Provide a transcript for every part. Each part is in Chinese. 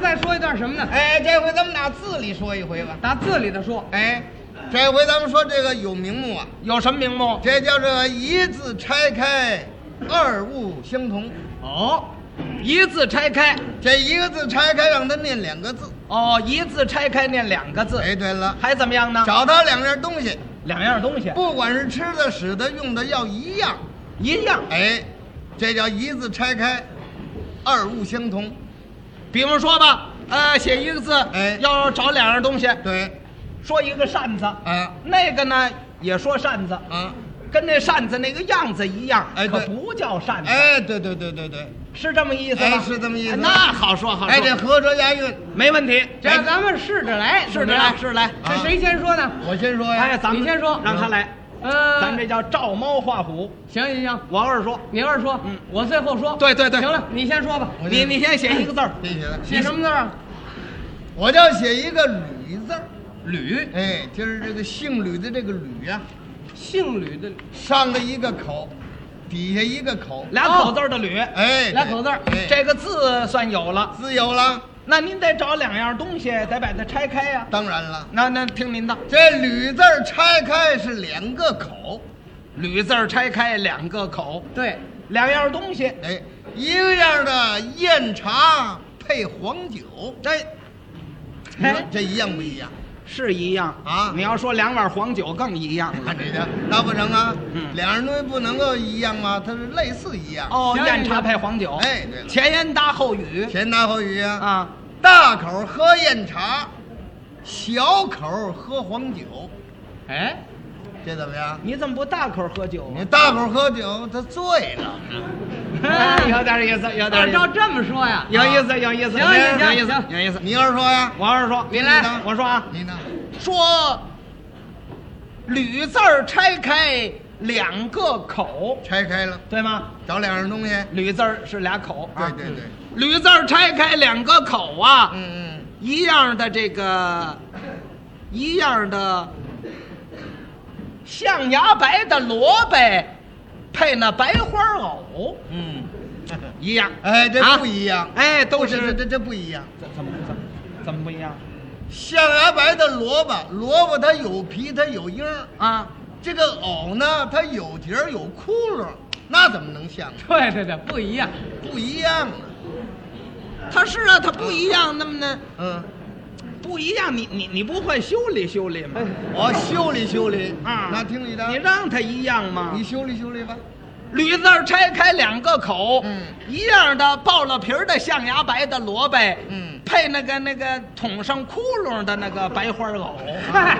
再说一段什么呢？哎，这回咱们打字里说一回吧。打字里头说，哎，这回咱们说这个有名目啊，有什么名目？这叫这个一字拆开，二物相同。哦，一字拆开。这一个字拆开，让他念两个字。哦，一字拆开念两个字。哎，对了，还怎么样呢？找他两样东西，两样东西，不管是吃的、使的、用的，要一样。一样。哎，这叫一字拆开，二物相同。比方说吧，呃，写一个字，哎要找两样东西，对，说一个扇子，啊那个呢也说扇子，啊，跟那扇子那个样子一样，哎可对不叫扇子，哎，对对对对对，是这么意思吧？哎，是这么意思。哎那好说好说，哎，这合辙押韵，没问题。这哎样咱们试着来试嗯怎着么来，样试着来。啊这谁先说呢？我先说呀。哎，咱们你先说让他来。呃，咱这叫照猫画虎。行行行，我二说，你二说，嗯我最后说，对对对行了，你先说吧，我你先你先写一个字儿，这写的，嗯写什么字儿啊？我就写一个吕字儿，吕，哎，就是这个姓吕的这个吕呀、姓吕的，上了一个口，底下一个口，俩哦口字儿的吕。哎，俩口字儿哎这个字算有了，自由了，那您得找两样东西，得把它拆开呀、当然了，那那听您的，这吕字儿拆开是两个口，吕字儿拆开两个口，对，两样东西。哎，一个样的燕茶配黄酒，哎，你说哎这一样不一样？是一样啊你要说两碗黄酒更一样了。看这个，那不成啊嗯，两样东西不能够一样吗？它是类似一样。哦，行燕茶配黄酒，哎对了前言搭后语前搭后语啊，啊，大口喝燕茶，小口喝黄酒，哎，这怎么样？你怎么不大口喝酒啊？你大口喝酒，他醉了。哎 有点意思，有点按意照思，这么说呀，有意思，有意思，行行有行意思行，有意思。你要是说呀，王二说，您来我说啊，你呢？说吕字儿拆开两个口，拆开了，对吗？找两样东西。吕字儿是俩口啊，对对对，吕字儿拆开两个口啊，嗯一样的这个，一样的象牙白的萝卜，配那白花藕，嗯嗯，一样。哎，这啊不一样，哎，都不是这是这这不一样。怎怎么怎么怎么不一样象牙白的萝卜，萝卜它有皮，它有缨儿；啊？这个藕呢，它有节儿有窟窿，那怎么能像呢？对对对，不一样，不一样啊。它是啊，它不一样。那么呢，嗯，不一样，你你你不会修理修理吗？我哦修理修理啊，那听你的，哎你让它一样啊吗？你修理修 理吧。驴字儿拆开两个口，嗯一样的爆了皮儿的象牙白的萝卜，嗯配那个那个捅上窟窿的那个白花藕。嗨，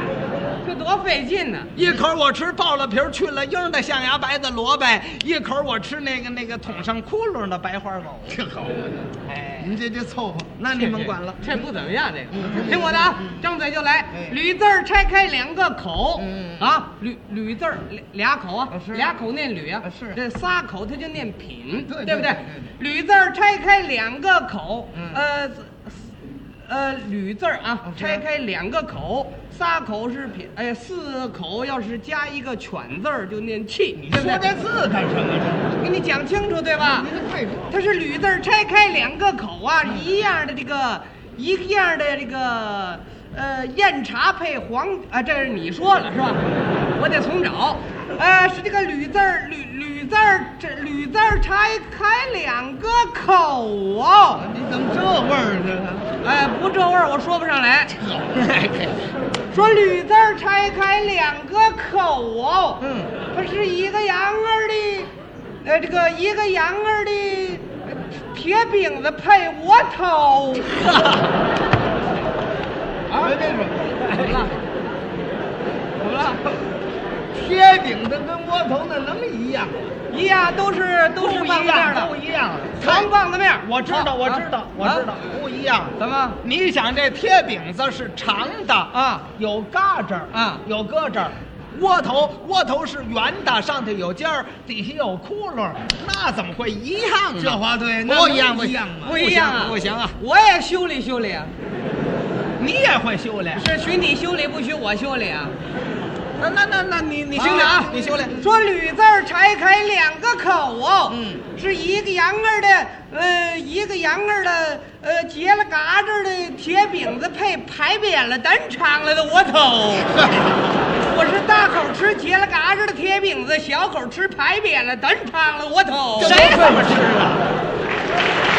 这多费劲呢，一口我吃爆了皮儿去了缨儿的象牙白的萝卜，一口我吃那个那个捅上窟窿的白花藕。这好，哎，您这这凑合。那你们管了。这不怎么样，这个，嗯听我的啊，张嘴就哎来，吕字儿拆开两个口嗯，啊，吕吕字儿俩俩口啊啊是，俩口念吕啊啊，是这仨口它就念品，对对不对对对？吕字儿拆开两个口嗯，呃。呃，吕字儿啊，是拆开两个口，仨口是品，哎，四口要是加一个犬字儿就念气，你对说不对？这字干什么？给你讲清楚，对吧您？这废话。它是吕字儿拆开两个口啊，一样的这个，一个样的这个，呃，燕茶配黄啊，这是你说了是吧？我得重找，呃，是这个吕字儿，吕吕字儿，这吕字儿拆开两个口哦，你怎么这味儿呢？哎、不这味儿我说不上来。好，说吕字儿拆开两个口哦，嗯，它是一个羊儿的，呃，这个一个羊儿的呃铁饼子配窝头，啊，别别说，怎么了？怎么了？ 贴饼的跟窝头那能一样？一样都是都是棒子面儿不的，一样。长棒子面儿。我知道，啊我知道啊，我知道啊，不一样。怎么？你想这贴饼子是长的啊，有嘎吱儿啊有搁这儿。窝头窝头是圆的，上头有尖儿，底下有窟窿儿，那怎么会一样呢？这话对那不一样，能不一样吗不一样啊！不行啊！我也修理修理啊，你也会修理？是许你修理，不许我修理啊！那那那那你你修炼啊，你修炼。说吕字儿拆开两个口哦，嗯，是一个羊儿的，呃，一个羊儿的，呃，结了嘎吱的铁饼子配牌匾了单长了的窝 头。我是大口吃结了嘎吱的铁饼子，小口吃牌匾了单长了窝头。谁这么吃啊？